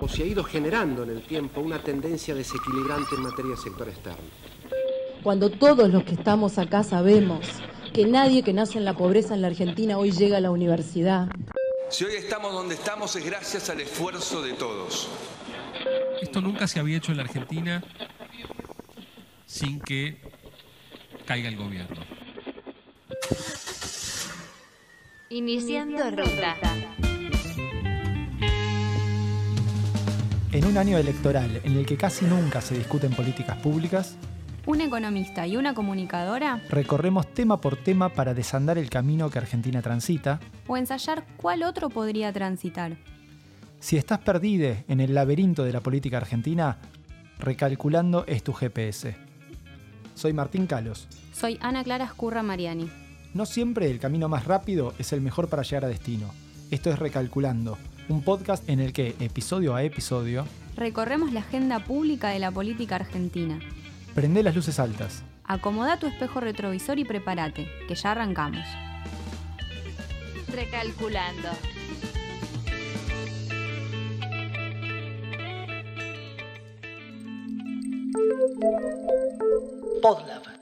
o se ha ido generando en el tiempo una tendencia desequilibrante en materia de sector externo. Cuando todos los que estamos acá sabemos que nadie que nace en la pobreza en la Argentina hoy llega a la universidad. Si hoy estamos donde estamos es gracias al esfuerzo de todos. Esto nunca se había hecho en la Argentina sin que caiga el gobierno. Iniciando ruta. En un año electoral en el que casi nunca se discuten políticas públicas, Un economista y una comunicadora recorremos tema por tema para desandar el camino que Argentina transita. o ensayar cuál otro podría transitar. Si estás perdido en el laberinto de la política argentina, recalculando es tu GPS. Soy Martín Calos. Soy Ana Clara Escurra Mariani. No siempre el camino más rápido es el mejor para llegar a destino. Esto es Recalculando, un podcast en el que, episodio a episodio, Recorremos la agenda pública de la política argentina. prende las luces altas, Acomoda tu espejo retrovisor y prepárate, que ya arrancamos. Recalculando. Podlab,